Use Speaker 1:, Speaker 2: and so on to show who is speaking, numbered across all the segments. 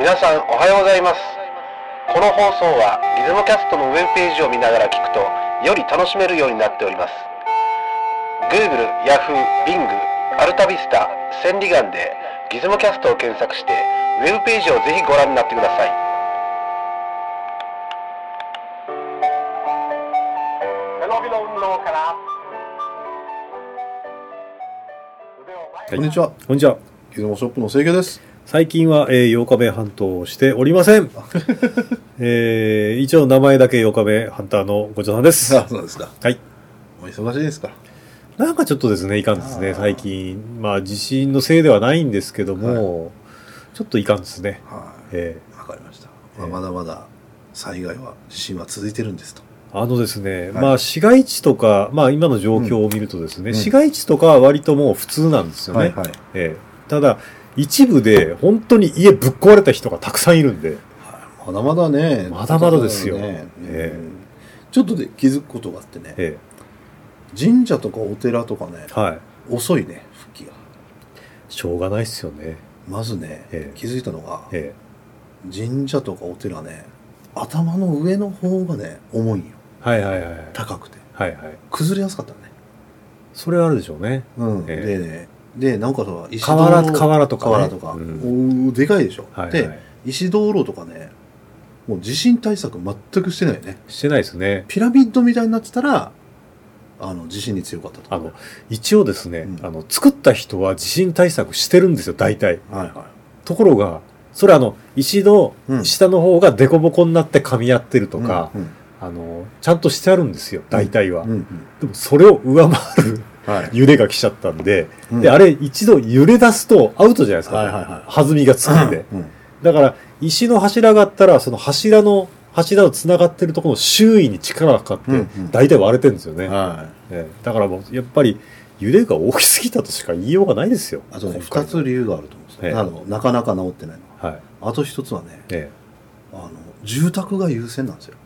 Speaker 1: 皆さんおはようございますこの放送はリズムキャストのウェブページを見ながら聞くとより楽しめるようになっております Google、Yahoo、Bing、アルタビスタ、センリガンでギズムキャストを検索してウェブページをぜひご覧になってください
Speaker 2: こんにちは。
Speaker 3: こんにちは。
Speaker 2: ギズモショップの清家です。
Speaker 3: 最近は、えー、8日目半島しておりません。えー、一応名前だけ8日目ハンターのご ちそうさんです。
Speaker 2: あ、そうですか。
Speaker 3: はい。
Speaker 2: お忙しいですか。
Speaker 3: なんかちょっとですね、いかんです
Speaker 2: あ
Speaker 3: ね、
Speaker 2: ー
Speaker 3: 最近。まあ、地震のせいではないんですけども、ちょっといかんですね。
Speaker 2: は
Speaker 3: え
Speaker 2: い。わかりました。
Speaker 3: え
Speaker 2: まあ、まだまだ災害は地震は続いてるんですと。
Speaker 3: ーあのですね、
Speaker 2: はい
Speaker 3: まあ、市街地とか、まあ、今の状況を見るとですね、
Speaker 2: うん
Speaker 3: 市街地とかは割ともう普通なんですよね。
Speaker 2: はい。
Speaker 3: えーただ、一部で本当に家ぶっ壊れた人がたくさんいるんで、
Speaker 2: まだまだね。
Speaker 3: まだまだですよ
Speaker 2: まだまだね
Speaker 3: ええ
Speaker 2: うんちょっとで気づくことがあってね、
Speaker 3: え
Speaker 2: 神社とかお寺とかね、
Speaker 3: ーはい。
Speaker 2: 遅いね、復帰が。
Speaker 3: しょうがないっすよね。
Speaker 2: まずね、
Speaker 3: ええ
Speaker 2: 気づいたのが、
Speaker 3: え
Speaker 2: 神社とかお寺ね、頭の上の方がね、重いよ。
Speaker 3: ーはいはいはいはい。
Speaker 2: 高くて。
Speaker 3: はいはい。
Speaker 2: 崩れやすかったね。
Speaker 3: それはあるでしょうね。
Speaker 2: うん。
Speaker 3: え
Speaker 2: でね、で、なんかさ、石
Speaker 3: 瓦
Speaker 2: 堂の
Speaker 3: 瓦とかね
Speaker 2: 瓦とか、
Speaker 3: うん
Speaker 2: おーでかいでしょ、
Speaker 3: はい、はい。
Speaker 2: で石灯籠とかねもう地震対策全くしてないね
Speaker 3: してないですね。
Speaker 2: ピラミッドみたいになってたらあの地震に強かったと
Speaker 3: あの、一応ですね、
Speaker 2: うん
Speaker 3: あの、作った人は地震対策してるんですよ、大体。
Speaker 2: はいは
Speaker 3: ところが、それあの、石の
Speaker 2: うん
Speaker 3: 下の方が凸凹になって噛み合ってると
Speaker 2: い
Speaker 3: か、
Speaker 2: うん
Speaker 3: あの、ちゃんとしてあるんですよ、大体は。
Speaker 2: うんうん
Speaker 3: でも、それを上回る
Speaker 2: はい
Speaker 3: 揺れが来ちゃったんで、
Speaker 2: うん
Speaker 3: で、あれ一度揺れ出すとアウトじゃないですか。
Speaker 2: はいはいは
Speaker 3: 弾みがつくんで。
Speaker 2: うん
Speaker 3: だから、石の柱があったら、その柱の、柱の繋がってるところの周囲に力がかかって、
Speaker 2: うんうん
Speaker 3: 大体割れてるんですよね。
Speaker 2: は
Speaker 3: ええだからもう、やっぱり、揺れが大きすぎたとしか言いようがないですよ。
Speaker 2: いあとね
Speaker 3: 今回
Speaker 2: 2
Speaker 3: の
Speaker 2: つ理由があると思うんですよ、
Speaker 3: ええ
Speaker 2: あのなかなか治ってないの
Speaker 3: はい。
Speaker 2: あと1つはね
Speaker 3: ええ
Speaker 2: あの住宅が優先なんですよ、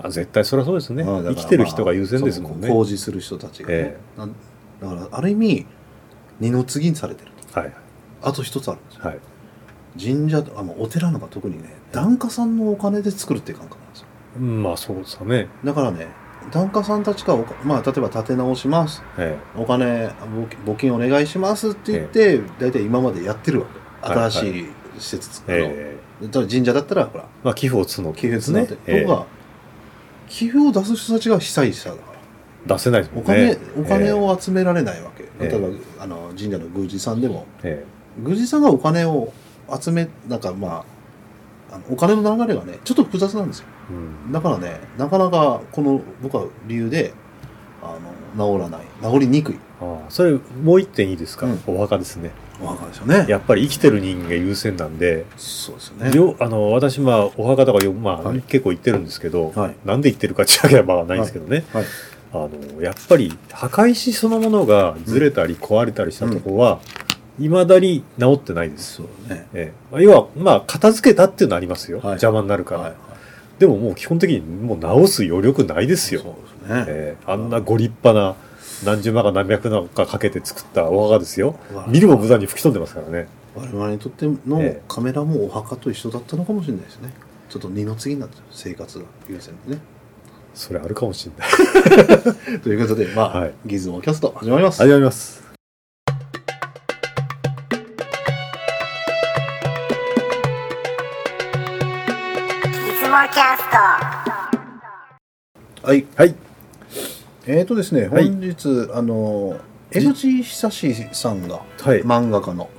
Speaker 3: あ絶対そりゃそうですね、
Speaker 2: うんだからまあ
Speaker 3: 生きてる人が優先ですもんね。
Speaker 2: そう工事する人たちがね、
Speaker 3: え
Speaker 2: なだからある意味二の次にされてる
Speaker 3: はい。
Speaker 2: あと1つあるんですよ
Speaker 3: はい。
Speaker 2: 神社あのお寺なんか特にね檀家さんのお金で作るっていう感覚なんですよ
Speaker 3: うんまあ、そうですかね。
Speaker 2: だからね檀家さんたちがおかまあ、例えば建て直します
Speaker 3: え
Speaker 2: お金募金募金お願いしますって言って、大体今までやってるわけ
Speaker 3: はいは
Speaker 2: 新
Speaker 3: い
Speaker 2: しい施設
Speaker 3: え
Speaker 2: 作る、
Speaker 3: え
Speaker 2: 例えば神社だったらほら
Speaker 3: えまあ、寄付を募って
Speaker 2: 寄付
Speaker 3: で
Speaker 2: ですね
Speaker 3: ね。ええ
Speaker 2: とこが寄付を出す人たちが被災者だから
Speaker 3: 出せないですも
Speaker 2: お
Speaker 3: んね
Speaker 2: 金,、。お金
Speaker 3: え
Speaker 2: を集められないわけ、
Speaker 3: え
Speaker 2: 例えばあの神社の宮司さんでも
Speaker 3: ええ
Speaker 2: 宮司さんがお金を集めなんかまああのお金の流れがねちょっと複雑なんですよ
Speaker 3: えうん
Speaker 2: だからねなかなかこの僕は理由であの治らない治りにくい
Speaker 3: ああそれ、もう一点いいですか、
Speaker 2: うん
Speaker 3: お墓ですね。
Speaker 2: お墓ですよね
Speaker 3: やっぱり生きてる人間が優先なんで、
Speaker 2: そうですよね
Speaker 3: よあの私、まあ、お墓とかよ、まあ
Speaker 2: はい
Speaker 3: 結構行ってるんですけど、
Speaker 2: はい
Speaker 3: なんで行ってるかってわけはまあないんですけどね、
Speaker 2: はい
Speaker 3: あのやっぱり墓石そのものがずれたり壊れたりしたとこはいま、未だに治ってないです。
Speaker 2: そうね
Speaker 3: ええまあ要は、まあ、片付けたっていうのはありますよ、
Speaker 2: はい
Speaker 3: 邪魔になるから、
Speaker 2: はいはい
Speaker 3: でももう基本的にもう治す余力ないですよ、
Speaker 2: そうですね、
Speaker 3: ええあんなご立派な何十万か何百万かかけて作ったお墓ですよ、
Speaker 2: うわ
Speaker 3: 見るも無駄に吹き飛んでますからね。
Speaker 2: 我々にとって
Speaker 3: え
Speaker 2: の
Speaker 3: え
Speaker 2: カメラもお墓と一緒だったのかもしれないですねちょっと二の次になってる生活が優先でね
Speaker 3: それあるかもしれない。
Speaker 2: ということでまあ、
Speaker 3: はい
Speaker 2: ギズモキャスト始まります
Speaker 3: 始まります。
Speaker 2: はい
Speaker 3: はい。
Speaker 2: えーとですね、
Speaker 3: はい
Speaker 2: 本日、あの、江口久志さんが、
Speaker 3: はい
Speaker 2: 漫画家の、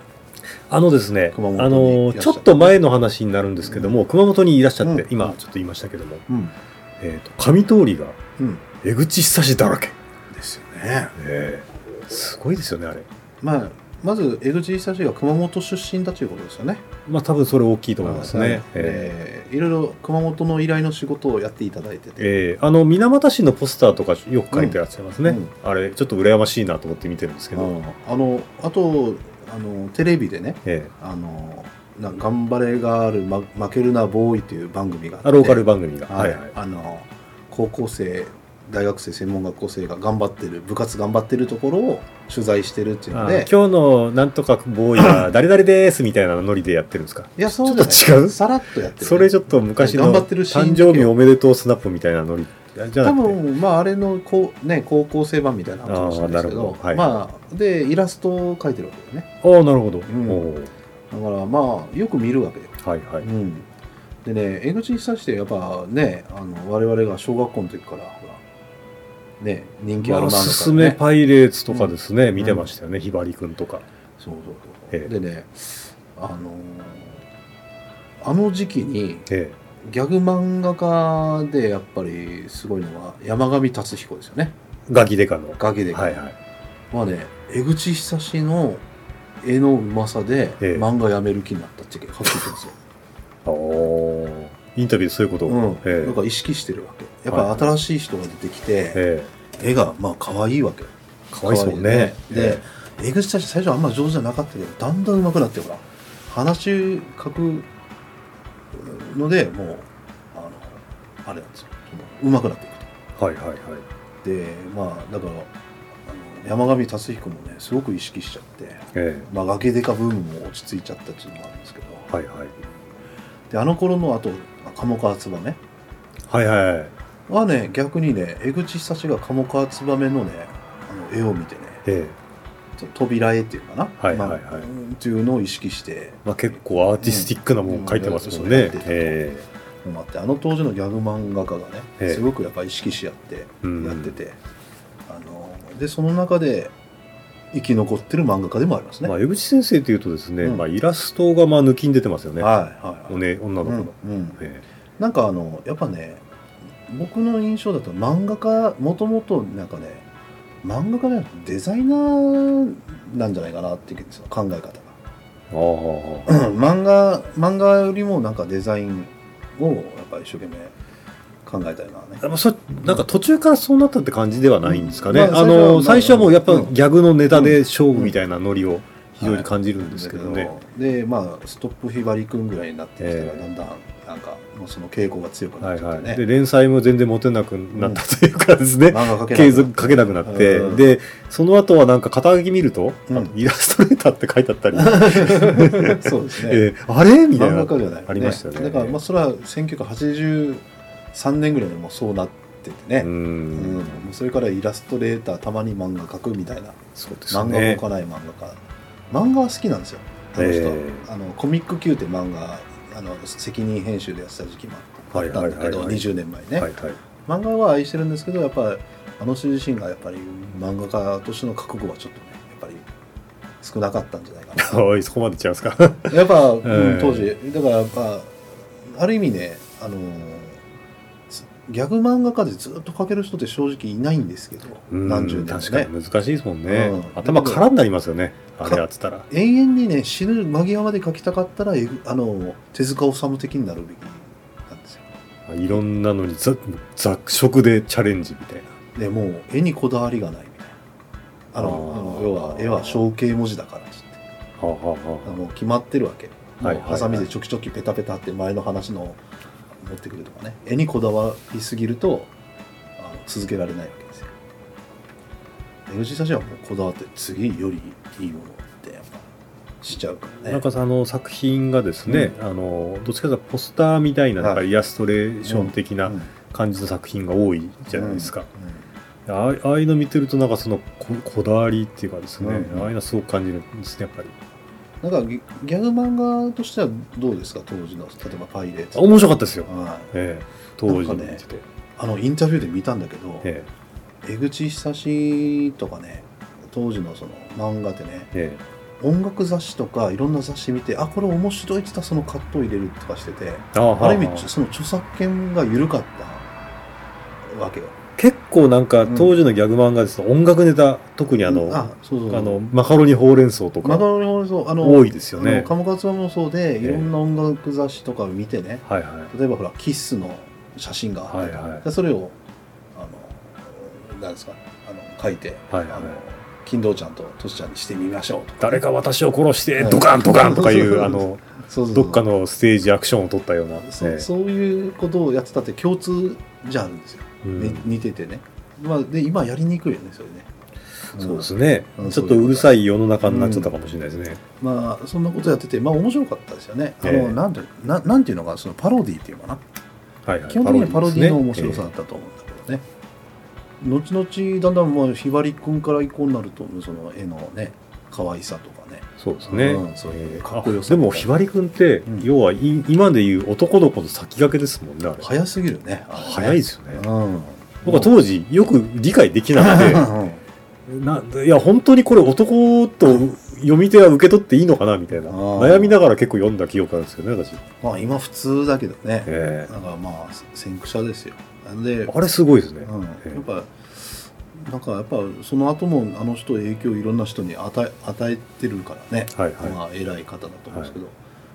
Speaker 3: あのですね、あ
Speaker 2: 熊本に
Speaker 3: の
Speaker 2: いらっしゃ
Speaker 3: ちょ
Speaker 2: る
Speaker 3: っと前の話になるんですけども、熊本にいらっしゃって、
Speaker 2: うん
Speaker 3: 今ちょっと言いましたけども、
Speaker 2: うん、
Speaker 3: えー、と上通りが
Speaker 2: うん、
Speaker 3: 江口久志だらけ、ね
Speaker 2: ですよね。
Speaker 3: えすごいですよねあれ
Speaker 2: まあ、まず、江口久志が熊本出身だということですよね。
Speaker 3: まあ多分それ大きいと思います
Speaker 2: は
Speaker 3: ね、
Speaker 2: い
Speaker 3: えー
Speaker 2: えーいろいろ熊本の依頼の仕事をやっていただいてて、
Speaker 3: えーあの水俣市のポスターとかよく書いてらっしゃいますね、
Speaker 2: うんうん
Speaker 3: あれちょっと羨ましいなと思って見てるんですけ
Speaker 2: あ
Speaker 3: ど、
Speaker 2: のあの、あと、あの、テレビでね、
Speaker 3: え
Speaker 2: あの、な頑張れがある、ま、負けるなボーイという番組があっ
Speaker 3: ー
Speaker 2: て、
Speaker 3: ローカル番組が、
Speaker 2: は
Speaker 3: はいいはい
Speaker 2: あの高校生大学生専門学校生が頑張ってる部活頑張ってるところを取材してるっていう
Speaker 3: あ
Speaker 2: の
Speaker 3: ー
Speaker 2: で
Speaker 3: 今日のなんとかボーイ は誰々ですみたいなノリでやってるんですか
Speaker 2: いやそう
Speaker 3: ちょっと違う
Speaker 2: さらっとやってる、
Speaker 3: それちょっと昔の
Speaker 2: 頑張ってるシーン
Speaker 3: 誕生日おめでとうスナップみたいなノリじゃ
Speaker 2: 多
Speaker 3: なくて
Speaker 2: 分まああれのこう、ね、高校生版みたいなのかもしれないですけ
Speaker 3: あーなる
Speaker 2: ど
Speaker 3: ほどはい
Speaker 2: まあでイラストを描いてるわけよね
Speaker 3: ああなるほど、
Speaker 2: ん
Speaker 3: おー
Speaker 2: だからまあよく見るわけよ、
Speaker 3: はいはい、
Speaker 2: うん、でね江口にさしてやっぱねあの我々が小学校の時からほらね人気ある
Speaker 3: まあお
Speaker 2: 漫画から
Speaker 3: すす
Speaker 2: ね
Speaker 3: めパイレーツとかですね、見てましたよね、ひばりくんとか。
Speaker 2: そうそうそう
Speaker 3: ええ
Speaker 2: でねあのーあの時期に
Speaker 3: え
Speaker 2: ギャグ漫画家でやっぱりすごいのは山上達彦ですよね
Speaker 3: え、ガキデカの。は
Speaker 2: ガキで、
Speaker 3: いはい。
Speaker 2: まあね江口久志の絵のうまさで
Speaker 3: ええ
Speaker 2: 漫画やめる気になったって書いてるんですよ、
Speaker 3: おーインタビューでそういうことを。
Speaker 2: うん
Speaker 3: ええ
Speaker 2: なんか意識してるわけやっぱ新しい人が出てきて、
Speaker 3: え
Speaker 2: 絵がまあ可愛いわけ
Speaker 3: え、かわいそうね。
Speaker 2: で
Speaker 3: え、
Speaker 2: 江口たち最初あんま上手じゃなかったけど、だんだん上手くなって、ほら、話書くので、もう、あの、あれなんですよ。その上手くなっていく
Speaker 3: えはいはいはい。
Speaker 2: と。で、まあ、だから、あの山上達彦もね、すごく意識しちゃって、
Speaker 3: え
Speaker 2: まあ、崖デカブームも落ち着いちゃったっていうのもあるんですけど、
Speaker 3: え、はいはい。
Speaker 2: で、あの頃の、あと、鴨川つばめ
Speaker 3: はいはい。
Speaker 2: はね、逆にね、江口久志が鴨川つばめのね、あの絵を見てね、
Speaker 3: ええ、
Speaker 2: 扉絵っていうのかな、
Speaker 3: はいはいはい
Speaker 2: まあうんっていうのを意識して
Speaker 3: まあ結構アーティスティックなもん書いてますもんね。
Speaker 2: うんうん
Speaker 3: え
Speaker 2: もあってあの当時のギャグ漫画家がね、
Speaker 3: ええ
Speaker 2: すごくやっぱ意識し合ってや
Speaker 3: え、うん
Speaker 2: ってて、あのでその中で生き残ってる漫画家でもありますね。
Speaker 3: まあ
Speaker 2: はい
Speaker 3: 江口先生というとですね、
Speaker 2: うん
Speaker 3: まあイラストがまあ抜きに出てますよね。
Speaker 2: はい
Speaker 3: お
Speaker 2: はい
Speaker 3: ね女の子の。
Speaker 2: うんうん
Speaker 3: え
Speaker 2: なんかあのやっぱね僕の印象だと漫画家もともとなんかね漫画家じゃなくてデザイナーなんじゃないかなっていうその考え方が。
Speaker 3: え、ああ、
Speaker 2: うん 漫画漫画よりもなんかデザインをやっぱ一生懸命考えたよなね
Speaker 3: やっぱそなんか途中からそうなったって感じではないんですかね、
Speaker 2: うんまあ
Speaker 3: あ、の最初
Speaker 2: 最初
Speaker 3: は
Speaker 2: は
Speaker 3: もうやっぱ
Speaker 2: う
Speaker 3: ギ
Speaker 2: ん
Speaker 3: ャグのネタで勝負みたいなノリを非常に感じるんですけどね、
Speaker 2: でまあストップひばりくんぐらいになってきたら
Speaker 3: ええ
Speaker 2: だんだんなんかもうその傾向が強くな
Speaker 3: は
Speaker 2: っ
Speaker 3: い
Speaker 2: てきて
Speaker 3: はい
Speaker 2: ね、
Speaker 3: で連載も全然持てなくなったというかですね、
Speaker 2: 漫画描け
Speaker 3: 継続かけなくなって、
Speaker 2: うん
Speaker 3: でその後はなんか肩書き見ると、
Speaker 2: うん
Speaker 3: あのイラストレーターって書いてあったり、
Speaker 2: な そうですね、
Speaker 3: えーあれみたい
Speaker 2: 漫
Speaker 3: な
Speaker 2: 画家じゃない、
Speaker 3: ありましたね
Speaker 2: だからまあそれは1983年ぐらいにもうそうなっててね、
Speaker 3: う
Speaker 2: うん
Speaker 3: ん、
Speaker 2: もうそれからイラストレーターたまに漫画描くみたいな
Speaker 3: そうです
Speaker 2: 漫画
Speaker 3: ね
Speaker 2: もかない漫画家漫画は好きなんですよあの人、
Speaker 3: え
Speaker 2: あのコミック Q って漫画あの責任編集でやってた時期もあったんだ
Speaker 3: はいはい
Speaker 2: け
Speaker 3: はい
Speaker 2: ど
Speaker 3: はい
Speaker 2: 20年前ね、
Speaker 3: はいはい
Speaker 2: 漫画は愛してるんですけどやっぱあの人自身がやっぱり漫画家としての覚悟はちょっとねやっぱり少なかったんじゃない か
Speaker 3: おいそこまでいっちゃいますか
Speaker 2: なやっぱ、うん
Speaker 3: ええ
Speaker 2: 当時だからやっぱある意味ねあのすギャグ漫画家でずっと描ける人って正直いないんですけど、
Speaker 3: うん
Speaker 2: 何十年も
Speaker 3: 確か
Speaker 2: ね
Speaker 3: に難しいですもんね、
Speaker 2: うん
Speaker 3: 頭空になりますよねあれやってたら
Speaker 2: 永遠にね死ぬ間際まで書きたかったらえぐあの手塚治虫的になるべきなんですよ。
Speaker 3: いろんなのにざ雑食でチャレンジみたいな。
Speaker 2: でもう絵にこだわりがないみたいなあの
Speaker 3: あー
Speaker 2: あの要は絵は象形文字だからっつって
Speaker 3: はあはあはあ
Speaker 2: もう決まってるわけ、
Speaker 3: はいはいはい
Speaker 2: もうハサミでちょきちょきペタペタって前の話の持ってくるとかね絵にこだわりすぎるとあの続けられないわけですよ。NG 写真はもうこだわって次よりいいものってやっぱしちゃうからね。
Speaker 3: なんかさあの作品がですね、あのどっちかというとポスターみたいななんか
Speaker 2: はい
Speaker 3: イラストレーション的
Speaker 2: う
Speaker 3: なん感じの作品が多いじゃないですか、
Speaker 2: うんうん
Speaker 3: ああああいうの見てるとなんかそのここだわりっていうかですね、
Speaker 2: うん
Speaker 3: ああいうのすごく感じるんですねやっぱり
Speaker 2: なんかギギャグ漫画としてはどうですか当時の例えば「パイレーツ」
Speaker 3: 面白かったですよ、
Speaker 2: はい
Speaker 3: ええ当時の
Speaker 2: なんかね
Speaker 3: 見てて、
Speaker 2: あのインタビューで見たんだけど、
Speaker 3: え
Speaker 2: 江口久志とかね当時のその漫画ってね
Speaker 3: ええ
Speaker 2: 音楽雑誌とかいろんな雑誌見てあこれ面白いって言ったらそのカットを入れるとかしてて
Speaker 3: えああ
Speaker 2: ある意
Speaker 3: はあ
Speaker 2: 味ちょその著作権が緩かったわけよ。
Speaker 3: 結構なんか
Speaker 2: うん
Speaker 3: 当時のギャグ漫画ですと音楽ネタ特にあの、
Speaker 2: うん
Speaker 3: あ
Speaker 2: あそうそうそう
Speaker 3: のマカロニほうれん草と
Speaker 2: マ
Speaker 3: か
Speaker 2: カロニホルソあの
Speaker 3: 多いですよ
Speaker 2: あの
Speaker 3: ね
Speaker 2: 鴨川つばもそうでいろんな音楽雑誌とかを見てね
Speaker 3: はいはい
Speaker 2: 例えばほらキッスの写真があって、
Speaker 3: はいはい
Speaker 2: でそれをあのなんですかあの書いて、
Speaker 3: はいはい
Speaker 2: あの金堂ちゃんとトシちゃんにしてみましょうとか
Speaker 3: 誰か私を殺して
Speaker 2: うん
Speaker 3: ドカンドカンとかい
Speaker 2: そうそう
Speaker 3: う
Speaker 2: そう
Speaker 3: あの
Speaker 2: そうそうそう
Speaker 3: どっかのステージアクションを取ったような
Speaker 2: そう
Speaker 3: ええ
Speaker 2: そういうことをやってたって共通じゃあるんですよ、
Speaker 3: うん
Speaker 2: に似ててねまあ、で今やりにくいよねそれね
Speaker 3: そうですね
Speaker 2: うん。
Speaker 3: ちょっとうるさい世の中になっちゃったかもしれないですね。
Speaker 2: まあそんなことやっててまあ面白かったですよねあの、
Speaker 3: ええ
Speaker 2: なんてななんていうのかそのパロディっていうのかな
Speaker 3: はいはい。
Speaker 2: 基本的にはパロディの面
Speaker 3: ですね
Speaker 2: 白さだったと思うんだけどね、後々だんだんもうひばりくんから以降になるとその絵のね可愛さとかね
Speaker 3: そうですね。
Speaker 2: うんそういうかっこよさ
Speaker 3: あでもひばりくんって、
Speaker 2: うん
Speaker 3: 要はい今で言う男の子の先駆けですもんね。あれ
Speaker 2: 早すぎるねあれね
Speaker 3: 早いですよね。
Speaker 2: うん
Speaker 3: 僕は当時よく理解できな く
Speaker 2: うん
Speaker 3: て、ないや本当にこれ男と読み手は受け取っていいのかなみたいな
Speaker 2: あー
Speaker 3: 悩みながら結構読んだ記憶あるんですよね私。
Speaker 2: まあ今普通だけどね、
Speaker 3: え
Speaker 2: なんかまあ先駆者ですよなんで
Speaker 3: えあれすごいですね。
Speaker 2: うん、や
Speaker 3: ええ
Speaker 2: っぱなんかやっぱその後もあの人影響をいろんな人に与え与えてるからね、
Speaker 3: はいはい
Speaker 2: まあ、偉い方だと思うんですけど、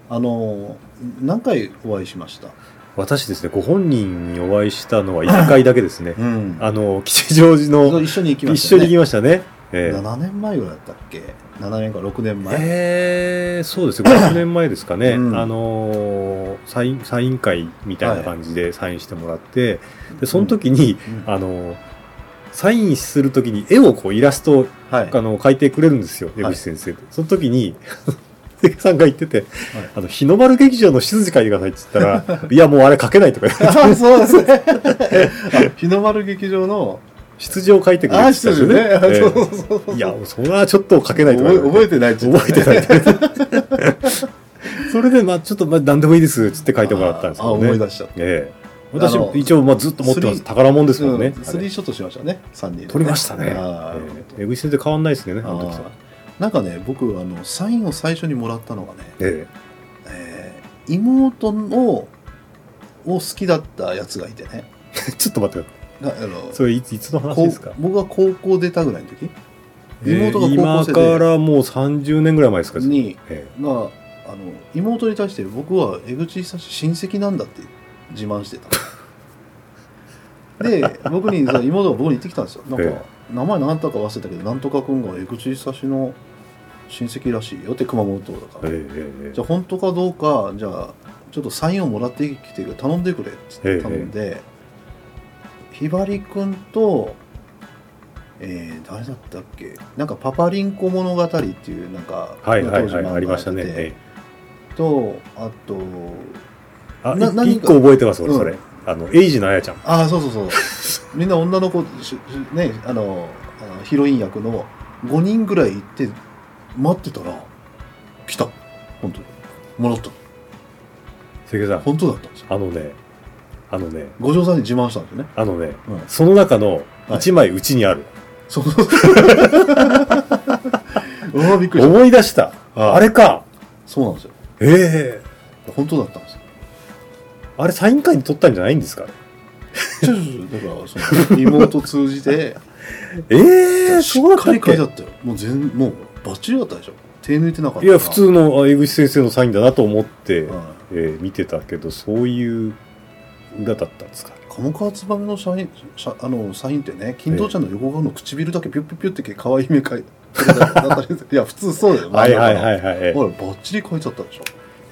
Speaker 2: あの何回お会いしました、。
Speaker 3: 私ですねご本人にお会いしたのは1回だけですね
Speaker 2: うん
Speaker 3: あの吉祥寺の
Speaker 2: 一緒に行きま
Speaker 3: 一
Speaker 2: した
Speaker 3: 緒
Speaker 2: よ
Speaker 3: に
Speaker 2: ね
Speaker 3: 行きましたね。ええ
Speaker 2: 7年前ぐらいだったっけ7年か6年前、
Speaker 3: えー、そうですね、5年前ですかね、
Speaker 2: うん
Speaker 3: あのーサイン、サイン会みたいな感じでサインしてもらって、でその時に、
Speaker 2: うん
Speaker 3: あのーサインする時に絵をこうイラストを、
Speaker 2: はい
Speaker 3: あの描いてくれるんですよ、江口先生って。その時に、 関さんが言ってて、あの、日の丸劇場の静字書いてくださいって言 ったら、いや、もうあれ書けないとか言われて、
Speaker 2: あそうで すねあ日の丸劇場の
Speaker 3: 出場書いてくれって言っ
Speaker 2: ああ
Speaker 3: た
Speaker 2: 失
Speaker 3: ん
Speaker 2: 礼ね、
Speaker 3: ですよね。
Speaker 2: そうそう
Speaker 3: え
Speaker 2: そ
Speaker 3: え
Speaker 2: う
Speaker 3: いや、それはちょっと書けないとか
Speaker 2: 覚え
Speaker 3: 言われ
Speaker 2: 覚えてない
Speaker 3: 覚えてない それで、まあ、ちょっと、まあ、何でもいいですっつって書いてもらったんですけ
Speaker 2: あ
Speaker 3: ど
Speaker 2: あ思
Speaker 3: ね。
Speaker 2: い出しちゃった
Speaker 3: ええ。
Speaker 2: あ
Speaker 3: 私
Speaker 2: の、
Speaker 3: 一応、まあ、ずっと持ってま
Speaker 2: ス
Speaker 3: す。
Speaker 2: リー
Speaker 3: 宝物ですもんね。
Speaker 2: うん
Speaker 3: あ
Speaker 2: スリー
Speaker 3: れ
Speaker 2: ショットしましたね、3人でね、
Speaker 3: 取りましたね。え
Speaker 2: あー
Speaker 3: え江口先生変わんないですけどね、あの時と
Speaker 2: あ。ーなんかね、僕あの、サインを最初にもらったのがね、
Speaker 3: え
Speaker 2: えー妹のを好きだったやつがいてね、
Speaker 3: え。ちょっと待ってくだ
Speaker 2: なあの
Speaker 3: さい。それ、いつ、いつの話
Speaker 2: こ
Speaker 3: ですか
Speaker 2: う僕が高校出たぐらいの時
Speaker 3: ええ
Speaker 2: 妹が高校
Speaker 3: 今
Speaker 2: 生
Speaker 3: か
Speaker 2: で
Speaker 3: らもう30年ぐらい前ですかえ
Speaker 2: に
Speaker 3: え。
Speaker 2: があの妹に対して僕は江口久志親戚なんだって自慢してたで僕にさ妹が僕に言ってきたんですよなんか、
Speaker 3: え
Speaker 2: 名前何とか忘れたけどなんとか君が江口久志の親戚らしいよって熊本だか
Speaker 3: え
Speaker 2: ら、
Speaker 3: えええ
Speaker 2: じゃあ本当かどうかじゃあちょっとサインをもらってきてくれ頼んでくれって頼んで、ひばりくんとえー、誰だったっけなんか「パパリンコ物語」っていうなんか
Speaker 3: はいはいはい、
Speaker 2: 当時漫画
Speaker 3: ありましたね。
Speaker 2: やってて
Speaker 3: ええ
Speaker 2: とあと
Speaker 3: あ、
Speaker 2: な何
Speaker 3: い一個覚えてます、
Speaker 2: う
Speaker 3: 俺、
Speaker 2: ん
Speaker 3: それ。あの、エイジのあやちゃん。
Speaker 2: ああそうそうそう みんな女の子ししねあのあのヒロイン役の5人ぐらい行って待ってたら来た本当にもらった
Speaker 3: 関さん、
Speaker 2: 本当だったんですよ
Speaker 3: あのね、あのね、
Speaker 2: 五条さんに自慢したんですよね
Speaker 3: あのね、
Speaker 2: うん
Speaker 3: その中の一枚うちにある。
Speaker 2: そうそううわびっくりした
Speaker 3: 思い出した。
Speaker 2: あ
Speaker 3: あれか。
Speaker 2: そうなんですよ
Speaker 3: ええ
Speaker 2: 本当だったんですよ
Speaker 3: あれサイン会に取ったんじゃないんですか
Speaker 2: ちょちょちょだからその妹通じて
Speaker 3: ええ
Speaker 2: し
Speaker 3: そう
Speaker 2: っ
Speaker 3: だっ
Speaker 2: か
Speaker 3: たっ
Speaker 2: り書いてあ
Speaker 3: け
Speaker 2: ったよもう全もうバッチリだったでしょ手抜いてなかった
Speaker 3: いや、普通のあ江口先生のサインだなと思って、
Speaker 2: はい
Speaker 3: えー見てたけど、そういう裏だったんですか
Speaker 2: 鴨川つばめの社員社あのサインってね金藤ちゃんの横側の唇だけピュッピュッピュッって可愛い目かいいや普通そうだよ
Speaker 3: はいはいはいいはい。え
Speaker 2: ほらバッチリ書いちゃったでしょ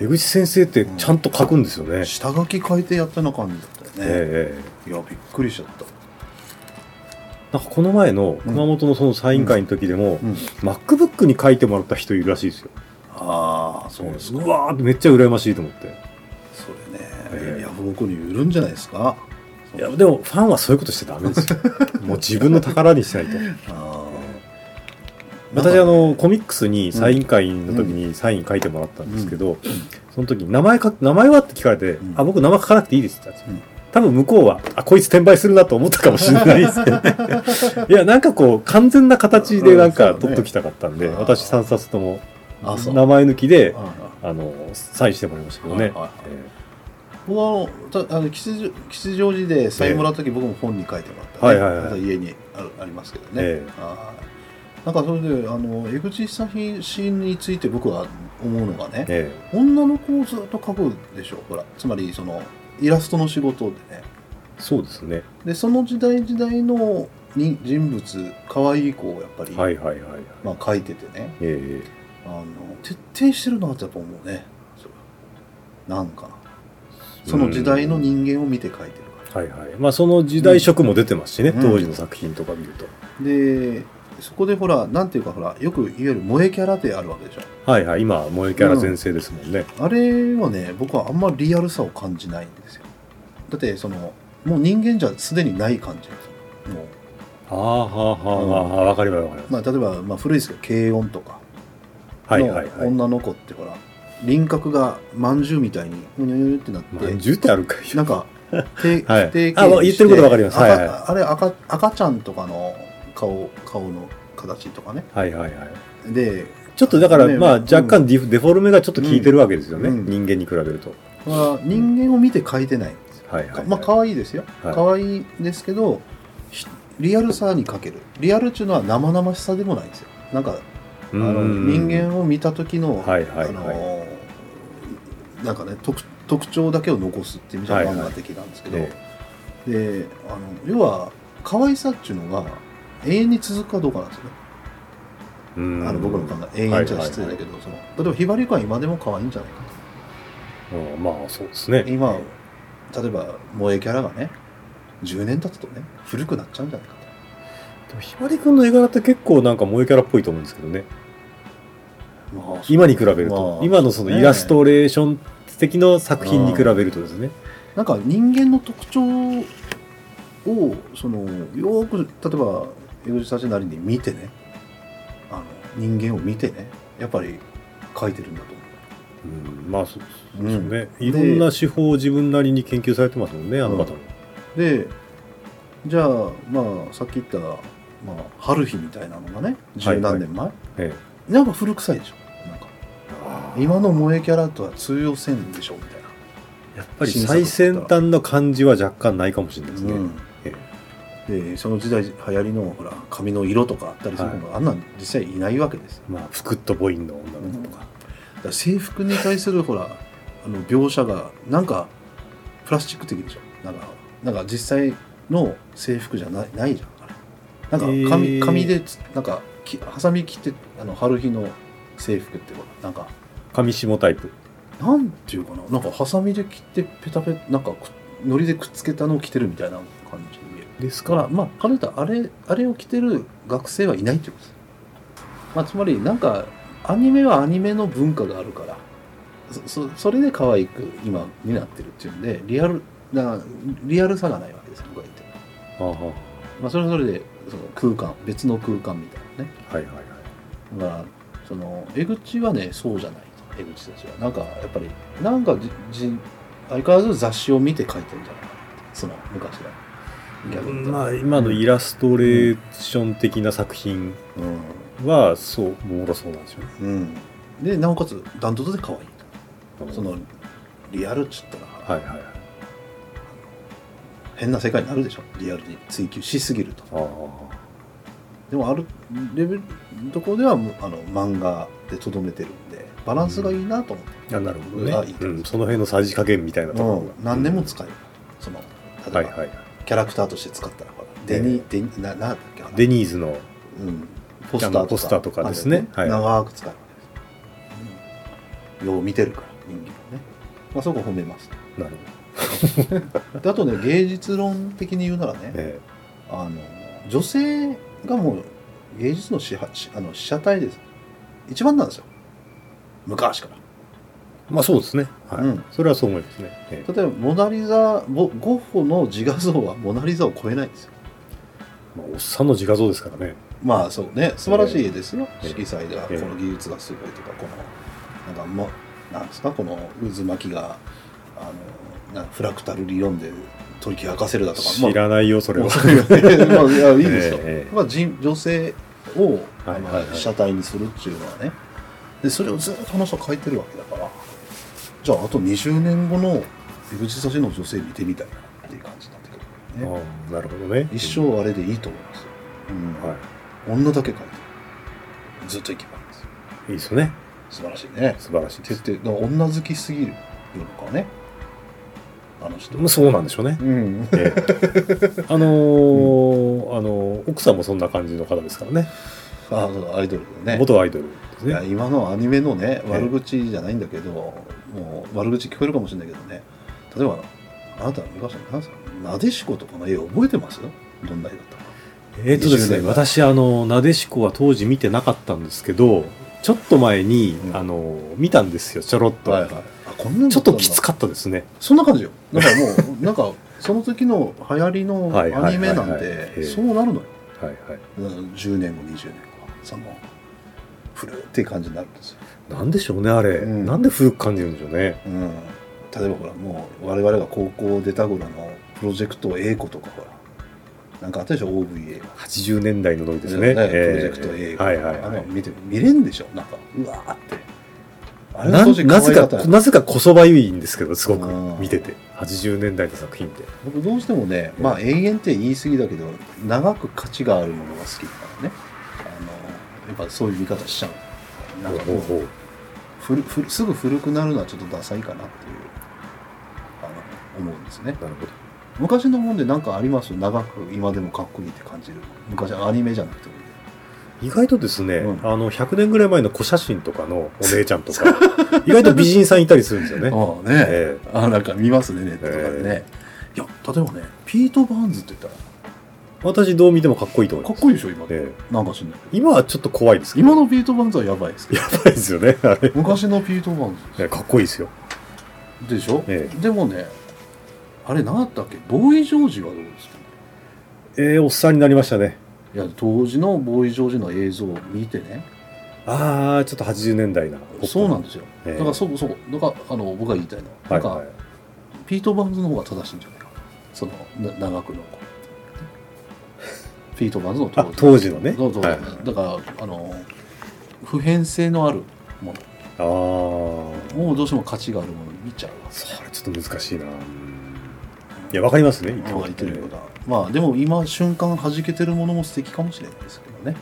Speaker 3: ー江口先生ってちゃんと書くんですよね。
Speaker 2: 下書き書いてやったような感じだったよね、
Speaker 3: えええ
Speaker 2: いやびっくりしちゃった
Speaker 3: えなんかこの前の熊本のそのサイン会の時でも、
Speaker 2: うん
Speaker 3: MacBook に書いてもらった人いるらしいですよ。
Speaker 2: ああそうですか、
Speaker 3: うわーってめっちゃ羨ましいと思って。
Speaker 2: それね、
Speaker 3: ええ
Speaker 2: いや僕に売るんじゃないですか
Speaker 3: いや、でもファンはそういうことしちゃダメ ですよ。もう自分の宝にしないと。
Speaker 2: あー
Speaker 3: 私あ
Speaker 2: なんか
Speaker 3: のコミックスにサイン会の時にサイン書いてもらったんですけど、その時に名前か名前はって聞かれて、
Speaker 2: ん
Speaker 3: あ僕名前書かなくていいですって言ったんですよ、
Speaker 2: う
Speaker 3: 多分向こうはあこいつ転売するなと思ったかもしれないです けどいやなんかこう完全な形でなん
Speaker 2: う
Speaker 3: か
Speaker 2: ん
Speaker 3: 取っときたかったんで、
Speaker 2: そうだね
Speaker 3: 私3冊とも
Speaker 2: あそう
Speaker 3: 名前抜きで
Speaker 2: ああ
Speaker 3: あのサインしてもらいましたけどね、
Speaker 2: はいはいはい僕はあのたあの吉祥吉祥寺でサインもらった時、僕も本に書いてもらった、ね
Speaker 3: はいはいはい
Speaker 2: また家にあるありますけどね、
Speaker 3: ええ
Speaker 2: あーなんかそれであの江口久志について僕は思うのがね、
Speaker 3: え
Speaker 2: 女の子をずっと描くでしょほらつまりそのイラストの仕事でね
Speaker 3: えそうですね
Speaker 2: でその時代時代の人人物可愛い子をやっぱり、
Speaker 3: はいはいはいはい
Speaker 2: まあ、描いててね
Speaker 3: ええ
Speaker 2: あの徹底してるなってやっぱ思うねそれなんかなその時代の人間を見て描いてるから。
Speaker 3: はいはい。まあその時代色も出てますしね、
Speaker 2: うん
Speaker 3: 当時の作品とか見ると。
Speaker 2: でそこでほらなんていうかほらよくいわゆる萌えキャラってあるわけでしょ
Speaker 3: はいはい。今、萌えキャラ全盛ですもんね。
Speaker 2: あれはね僕はあんまリアルさを感じないんですよだってそのもう人間じゃすでにない感じなんですよもう、
Speaker 3: ああ、はあ、はあ、はあ、わかりますわかりま
Speaker 2: まあ、例えば、まあ、古いですけど軽音とか
Speaker 3: す。はい
Speaker 2: の
Speaker 3: はいはい。
Speaker 2: 女の子ってほら、輪郭がまんじゅうみたいにうにゅうにゅうってなって、
Speaker 3: まあ、10ってあるか
Speaker 2: なんか手
Speaker 3: はい
Speaker 2: 不定形にして
Speaker 3: あ言ってることわかりますはいはい
Speaker 2: 赤あれ赤赤ちゃんとかの顔顔の形とかね
Speaker 3: はいはいはい。
Speaker 2: で
Speaker 3: ちょっとだから、
Speaker 2: ね
Speaker 3: まあ
Speaker 2: うん
Speaker 3: 若干ディフ、デフォルメがちょっと効いてるわけですよね。
Speaker 2: うん
Speaker 3: 人間に比べると。
Speaker 2: は人間を見て描いてないんですよ
Speaker 3: はいはい、はい。
Speaker 2: まあ可愛いですよ、
Speaker 3: はい
Speaker 2: 可愛いですけどひリアルさに欠けるリアルっていうのは生々しさでもないんですよなんかあ
Speaker 3: うん
Speaker 2: の人間を見た時の、
Speaker 3: はいはいはい
Speaker 2: あのなんかね特特徴だけを残すっていう意味じゃ
Speaker 3: はいはい
Speaker 2: 漫画的なんですけど、
Speaker 3: え
Speaker 2: であの要は可愛さっていうのが永遠に続くかどうかなんですよね、
Speaker 3: えうん
Speaker 2: あの僕の考え永遠じゃ失礼だけど、その例えばひばりくんは今でも可愛いんじゃないか
Speaker 3: うんまあそうですね。
Speaker 2: と今例えば萌えキャラがね10年経つとね古くなっちゃうんじゃないか
Speaker 3: でもひばりくんの絵柄って結構なんか萌えキャラっぽいと思うんですけどね。
Speaker 2: と、まあ
Speaker 3: 今に比べると
Speaker 2: ま。あ
Speaker 3: 今のそのイラストレーション的な作品に比べるとですね。
Speaker 2: なんか人間の特徴をそのよーく例えば江口たちなりに見てねあの人間を見てねやっぱり描いてるんだと思う
Speaker 3: うん、まあそうそうですよ
Speaker 2: うん
Speaker 3: ね、いろんな手法を自分なりに研究されてますもんね、あの方も。
Speaker 2: でじゃあまあさっき言った、まあ、春日みたいなのがね
Speaker 3: はい
Speaker 2: 十何年前、
Speaker 3: ええ
Speaker 2: なんか古臭いでしょなんか今の萌えキャラとは通用せんでしょみたいな、
Speaker 3: やっぱり最先端の感じは若干ないかもしれないですね。え
Speaker 2: でその時代流行りのほら髪の色とかあったりするのが、あんなん実際いないわけですよ
Speaker 3: まあ、ふくっとボインの女の子とか。
Speaker 2: だから制服に対するほらあの描写がなんかプラスチック的でしょなんかなんか実際の制服じゃないないじゃんあれなんか紙,、
Speaker 3: えー
Speaker 2: 紙でつなんかきハサミ切ってあの春日の制服ってほらなんか
Speaker 3: 上下タイプ。
Speaker 2: なんていうかななんかハサミで切ってペタペタなんかくのりでくっつけたのを着てるみたいな感じに見える
Speaker 3: です
Speaker 2: だからまあ彼らあれあれを着てる学生はいないってことです、まあ、つまりなんかアニメはアニメの文化があるからそそそれで可愛く今になってるっていうんでリアルなリアルさがないわけです僕が言ってる、
Speaker 3: ああは
Speaker 2: まあ、それはそれでその空間別の空間みたいなね
Speaker 3: いはいはい。
Speaker 2: だからその江口はねそうじゃないと江口たちはなんかやっぱりなんかじじ相変わらず雑誌を見て書いてるんじゃないかなその昔だ逆に言ったら
Speaker 3: まあ、今のイラストレーション的な作品
Speaker 2: うん
Speaker 3: は、そう、もろそうなんですよね。
Speaker 2: うん、でなおかつダントツで可愛いとそ
Speaker 3: は
Speaker 2: のリアルっつった
Speaker 3: い
Speaker 2: ら
Speaker 3: はいはい。
Speaker 2: 変な世界になるでしょリアルに追求しすぎると
Speaker 3: ああ。
Speaker 2: でもあるレベルのところではもうあの漫画でとどめてるんでバランスがいいなと思って、
Speaker 3: いやなるほど
Speaker 2: あ
Speaker 3: ね
Speaker 2: いい。と
Speaker 3: う
Speaker 2: 思い
Speaker 3: ん、
Speaker 2: ます
Speaker 3: その辺のさじ加減みたいなところ
Speaker 2: うん
Speaker 3: が。
Speaker 2: 何年も使えるその
Speaker 3: うん
Speaker 2: 例
Speaker 3: は
Speaker 2: え
Speaker 3: い
Speaker 2: ば、
Speaker 3: はい。
Speaker 2: キャラクターとして使ったらほらデニ、デニななんだっけあの
Speaker 3: デニーズの、
Speaker 2: うん、ポスターと
Speaker 3: あの
Speaker 2: か
Speaker 3: ポスターとかですね
Speaker 2: あれを
Speaker 3: はい
Speaker 2: 長く使えるわけです、よう見てるから人間をね、まあ、そこ褒めます
Speaker 3: なるほど。
Speaker 2: であとね芸術論的に言うならね、
Speaker 3: え
Speaker 2: あの女性がもう芸術の支配しあの被写体です一番なんですよ昔から
Speaker 3: えまあそうですね。はい。
Speaker 2: うん
Speaker 3: それはそう思いますね。ええ
Speaker 2: 例えばモナ・リザボゴッホの自画像はモナ・リザを超えないんですよ
Speaker 3: まあ、おっさんの自画像ですからね。
Speaker 2: まあそうね素晴らしい絵ですよ、
Speaker 3: ええ
Speaker 2: 色彩がこ
Speaker 3: ええ
Speaker 2: の技術がすごいとかこのなんかもうなんですかこの渦巻きがあのなんかフラクタル理論で解き明かせるだとか まあ
Speaker 3: 知らないよ、それは。
Speaker 2: そういうねまあいやいいですよ、
Speaker 3: ええ
Speaker 2: まあ、人女性を、あ
Speaker 3: はい
Speaker 2: の
Speaker 3: はいはい
Speaker 2: 被写体にするっていうのはねでそれをずっと話は書いてるわけだからじゃああと20年後の江口たちの女性見てみたいなっていう感じになってくる、ね、
Speaker 3: ああなるほどね。
Speaker 2: 一生あれでいいと思いますよ、うん
Speaker 3: は
Speaker 2: 女だけ書いてるずっといけばいいんですよ
Speaker 3: い。いいですね。
Speaker 2: 素晴らしいね
Speaker 3: 素晴らしいです。
Speaker 2: 徹底女好きすぎるのかねあの人
Speaker 3: まあそうなんでしょうね。
Speaker 2: うん
Speaker 3: ええあのーあのー奥さんもそんな感じの方ですからね。
Speaker 2: あそうだアイドルだね
Speaker 3: 元アイドルです
Speaker 2: い
Speaker 3: ね
Speaker 2: や。今のアニメのね悪口じゃないんだけど、もう悪口聞こえるかもしれないけどね例えばあなたは昔何歳なでしことかの絵覚えてますどんな絵だったか
Speaker 3: えっとですね、
Speaker 2: 20年前
Speaker 3: 私、あの、なでしこは当時見てなかったんですけど、ちょっと前に、
Speaker 2: うん
Speaker 3: あの、見たんですよ、ちょろっと。
Speaker 2: あこんなの
Speaker 3: ちょっときつ
Speaker 2: ったんだ
Speaker 3: かったですね。
Speaker 2: そんな感じよだからもうなんかその時の流行りの
Speaker 3: はいはいはいはい
Speaker 2: アニメなん
Speaker 3: へえ
Speaker 2: でそうなるのよ
Speaker 3: はいはい。
Speaker 2: うん10年後20年後その古いっていう感じになるんですよ、
Speaker 3: なんでしょうね、あれ。
Speaker 2: うん
Speaker 3: なんで古く感じるんでしょうね。
Speaker 2: うん、例えばほらもう我々が高校出た頃のプロジェクト A 子とかほらなんかあったでしょ OVA が
Speaker 3: 80年代のノリですね。え
Speaker 2: プロジ
Speaker 3: え
Speaker 2: ェクト A 子、
Speaker 3: はいはい
Speaker 2: あ
Speaker 3: は
Speaker 2: の
Speaker 3: い。
Speaker 2: 見て見れんでしょなんかうわーってあ
Speaker 3: な
Speaker 2: 当時
Speaker 3: なぜ
Speaker 2: 可愛
Speaker 3: か
Speaker 2: った、よ
Speaker 3: なぜかこそばゆいんですけど、すごく
Speaker 2: うん
Speaker 3: 見てて。80年代の作品って。
Speaker 2: 僕どうしてもね、まあ、永遠って言い過ぎだけど長く価値があるものが好きだからねあのやっぱそういう見方しちゃうなんかもう
Speaker 3: ほうほう
Speaker 2: 古古すぐ古くなるのはちょっとダサいかなっていうあの思うんです
Speaker 3: な
Speaker 2: ね
Speaker 3: るほど。
Speaker 2: 昔のもんで何かあります長く今でもかっこいいって感じる昔アニメじゃなくてもいい
Speaker 3: 意外とですね、
Speaker 2: うん
Speaker 3: あの、100年ぐらい前の小写真とかのお姉ちゃんと か、意外と美人さんいたりするんですよね。
Speaker 2: あ あね
Speaker 3: え
Speaker 2: あなんか見ますねネットとかでね、いや例えばねピート・バーンズって言ったらか
Speaker 3: 私どう見てもかっこいいと思いま
Speaker 2: っ
Speaker 3: す。
Speaker 2: こいいでしょ今、
Speaker 3: ええ
Speaker 2: なんかしんないけど
Speaker 3: 今はちょっと怖いですけど。
Speaker 2: 今のピート・バーンズはやばいですけど
Speaker 3: やばいですよね、あれ。
Speaker 2: 昔のピート・バーンズです
Speaker 3: ええかっこいいですよ。
Speaker 2: でしょ、
Speaker 3: え
Speaker 2: でもねあれ何だったっけボーイ・ジョージはどうですか
Speaker 3: ええおっさんになりましたね。
Speaker 2: いや当時のボーイ・ジョージの映像を見てね
Speaker 3: ああ、ちょっと80年代な。。
Speaker 2: そうなんですすよ、
Speaker 3: ええ
Speaker 2: だからそうそうだからあの僕が言いたいのは、
Speaker 3: はい、
Speaker 2: な
Speaker 3: は
Speaker 2: んか
Speaker 3: い。
Speaker 2: ピート・バーンズの方が正しいんじゃないかそのな長くのこうピート・バーンズの当
Speaker 3: あ
Speaker 2: 時、
Speaker 3: 当時のね。
Speaker 2: そうそう
Speaker 3: はい、
Speaker 2: だからあの普遍性のあるも
Speaker 3: ああ、
Speaker 2: のもうどうしても価値があるものに見ちゃうわ
Speaker 3: それちょっと難しいな。いや、わかりますね。言って
Speaker 2: まあ言
Speaker 3: る
Speaker 2: ってるよう
Speaker 3: こと
Speaker 2: なまあでも今瞬間弾けてるものも素敵かもしれないですけどね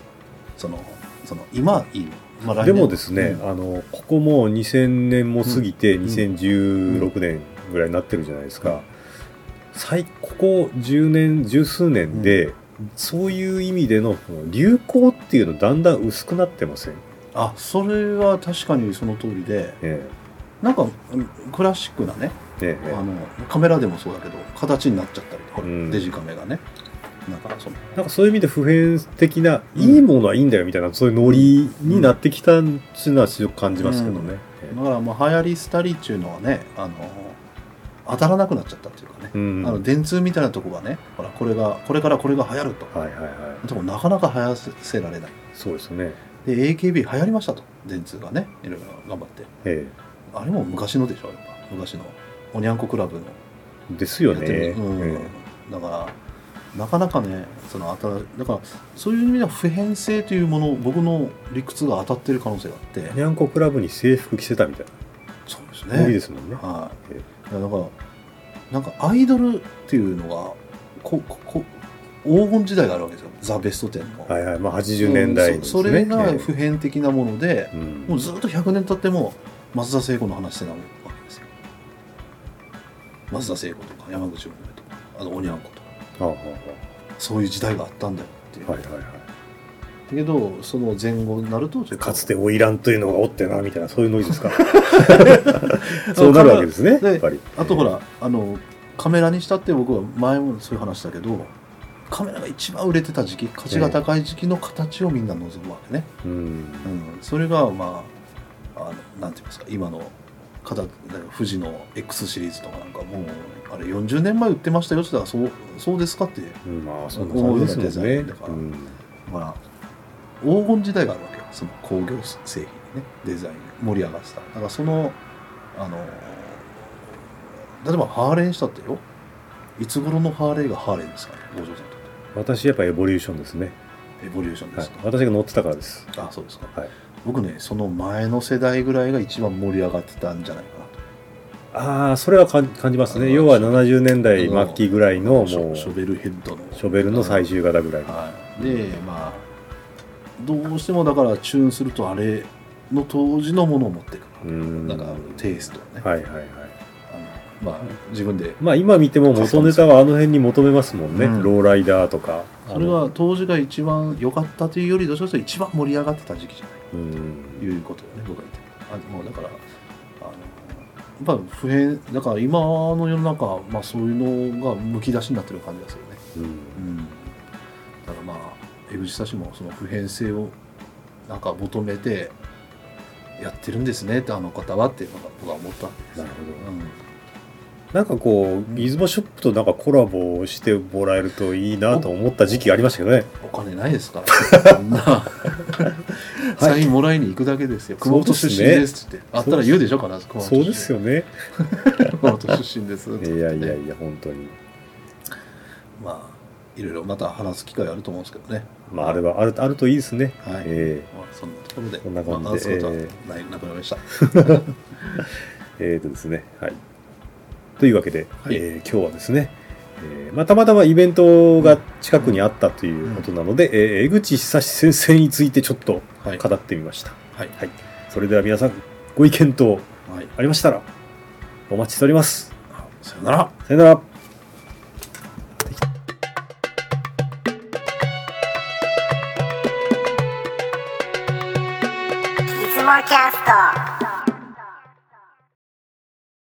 Speaker 2: そのその今いい、まあ、来
Speaker 3: で
Speaker 2: 年
Speaker 3: もですね、あのここもう2000年も過ぎて、
Speaker 2: うん
Speaker 3: 2016年ぐらいになってるじゃないですか、最ここ10年十数年で、そういう意味でのその流行っていうのだんだん薄くなってません、
Speaker 2: あそれは確かにその通りで
Speaker 3: え
Speaker 2: なんかうんクラシックなね
Speaker 3: えええ
Speaker 2: あのカメラでもそうだけど形になっちゃったりとか、
Speaker 3: うん
Speaker 2: デジカメがねなんかその
Speaker 3: なんかそういう意味で普遍的な、
Speaker 2: うん
Speaker 3: いいものはいいんだよみたいなそういうノリになってきたんっていうのはちょっと感じますけどね、え
Speaker 2: だからまあ流行り廃りっていうのはねあの当たらなくなっちゃったっていうかね
Speaker 3: え、うん
Speaker 2: あの電通みたいなとこがねほらこれがこれからこれが流行ると
Speaker 3: はいはいはい
Speaker 2: でもなかなか流行らせられない
Speaker 3: そうですね
Speaker 2: で AKB 流行りましたと電通がねいろいろ頑張って
Speaker 3: え
Speaker 2: あれも昔のでしょやっぱ昔のおにゃんこクラブの
Speaker 3: えですよ
Speaker 2: やっ
Speaker 3: ね、
Speaker 2: てるうん
Speaker 3: え
Speaker 2: だからなかなかねその新しだからそういう意味では普遍性というもの僕の理屈が当たってる可能性があって
Speaker 3: えにゃんこクラブに制服着せたみたい
Speaker 2: そうです
Speaker 3: なノリ
Speaker 2: ね
Speaker 3: ですもんね、
Speaker 2: はい
Speaker 3: え
Speaker 2: いやだからなんかアイドルっていうのがこここ黄金時代があるわけですよザ・ベスト10の、
Speaker 3: はいはい、まあ80年代の
Speaker 2: うん
Speaker 3: です
Speaker 2: そそれが
Speaker 3: え
Speaker 2: 普遍的なもので、
Speaker 3: えうん
Speaker 2: もうずっと100年経っても松田聖子の話せなわけですよ松田聖子とか山口百恵とかあとおにゃんことか
Speaker 3: ああああ
Speaker 2: そういう時代があったんだよっていう、
Speaker 3: ああはいはいはい。
Speaker 2: だけどその前後になるとちょっと
Speaker 3: かつて花魁というのがおってな、みたいな、そういうノリです か。そうなるわけですね、
Speaker 2: で
Speaker 3: やっぱり。
Speaker 2: あとほらあのカメラにしたって僕は前もそういう話だけどカメラが一番売れてた時期価値が高い時期の形をみんな望むわけね、
Speaker 3: ええ。うん。
Speaker 2: うん、それがまああのなんて言いますか今の方なんか富士の X シリーズとかなんかもうあれ40年前売ってましたよって言ったらそうそうですかって
Speaker 3: うんまあ、そんな感じですもんね。
Speaker 2: だから
Speaker 3: うん
Speaker 2: ほら黄金時代があるわけよその工業製品にねデザイン盛り上がってただからそのあの例えばハーレーにしたってよいつ頃のハーレーがハーレーですかね五条さんにとっ
Speaker 3: 私、やっぱエボリューションですね。
Speaker 2: てエボリューションで
Speaker 3: はい
Speaker 2: すか、。
Speaker 3: 私が乗ってたからです。
Speaker 2: あそうですか、
Speaker 3: はい
Speaker 2: 僕ねその前の世代ぐらいが一番盛り上がってたんじゃないかなと
Speaker 3: ああ、それは感感じます
Speaker 2: あ
Speaker 3: ね。
Speaker 2: の
Speaker 3: 要は70年代末期ぐらいの、もう、
Speaker 2: シ
Speaker 3: シ
Speaker 2: ョショ
Speaker 3: ョ
Speaker 2: ベルヘッドの
Speaker 3: ベルの最終型ぐらいの。
Speaker 2: はいでまあどうしてもだからチューンするとあれの当時のものを持っていく
Speaker 3: う
Speaker 2: る
Speaker 3: ん
Speaker 2: なんかテイストをね、
Speaker 3: はいはいはい。
Speaker 2: あのまあ自分で
Speaker 3: まあ、今見ても元ネタはあの辺に求めますもんね。
Speaker 2: うん
Speaker 3: ローライダーとか。
Speaker 2: それは当時が一番良かったというよりどうしようと一番盛り上がってた時期じゃない
Speaker 3: うん
Speaker 2: いうことをね僕は言ってるあもうだからあのやっぱ普遍だから今の世の中、まあ、そういうのがむき出しになってる感じがするね、
Speaker 3: うん
Speaker 2: うん、だからまあ江口たちもその普遍性をなんか求めてやってるんですねってあの方はってなんか僕は思ったんです
Speaker 3: なる
Speaker 2: よ、
Speaker 3: ほど
Speaker 2: うん、
Speaker 3: なんかこう、出雲ショップとなんかコラボしてもらえるといいなと思った時期がありましたけどね。
Speaker 2: お金ないですから、そ んなサインもらいに行くだけですよ、熊本出身ですって言って、あったら言うでしょ、必ず熊本
Speaker 3: そうですよね。
Speaker 2: 出身熊本出身ですっ
Speaker 3: い
Speaker 2: て言って
Speaker 3: やい
Speaker 2: ね
Speaker 3: やいや、本当に。
Speaker 2: まあ、いろいろまた話す機会あると思うんですけどね、
Speaker 3: まあ、あれはあるあるといいですね。
Speaker 2: はい
Speaker 3: え
Speaker 2: まあ、そんなところで、
Speaker 3: こんな感じで
Speaker 2: まあ、話すことはない、なくなりました。
Speaker 3: ーえーとですね。はい。というわけで、
Speaker 2: はい
Speaker 3: えー今日はですね、えーまあ、たまたまイベントが近くにあったということなので、えー江口久志先生についてちょっと
Speaker 2: はい、
Speaker 3: 語ってみました。
Speaker 2: はい、
Speaker 3: それでは皆さん、ご意見等
Speaker 2: はい、
Speaker 3: ありましたら、お待ちしております。
Speaker 2: さよなら。
Speaker 3: さよなら。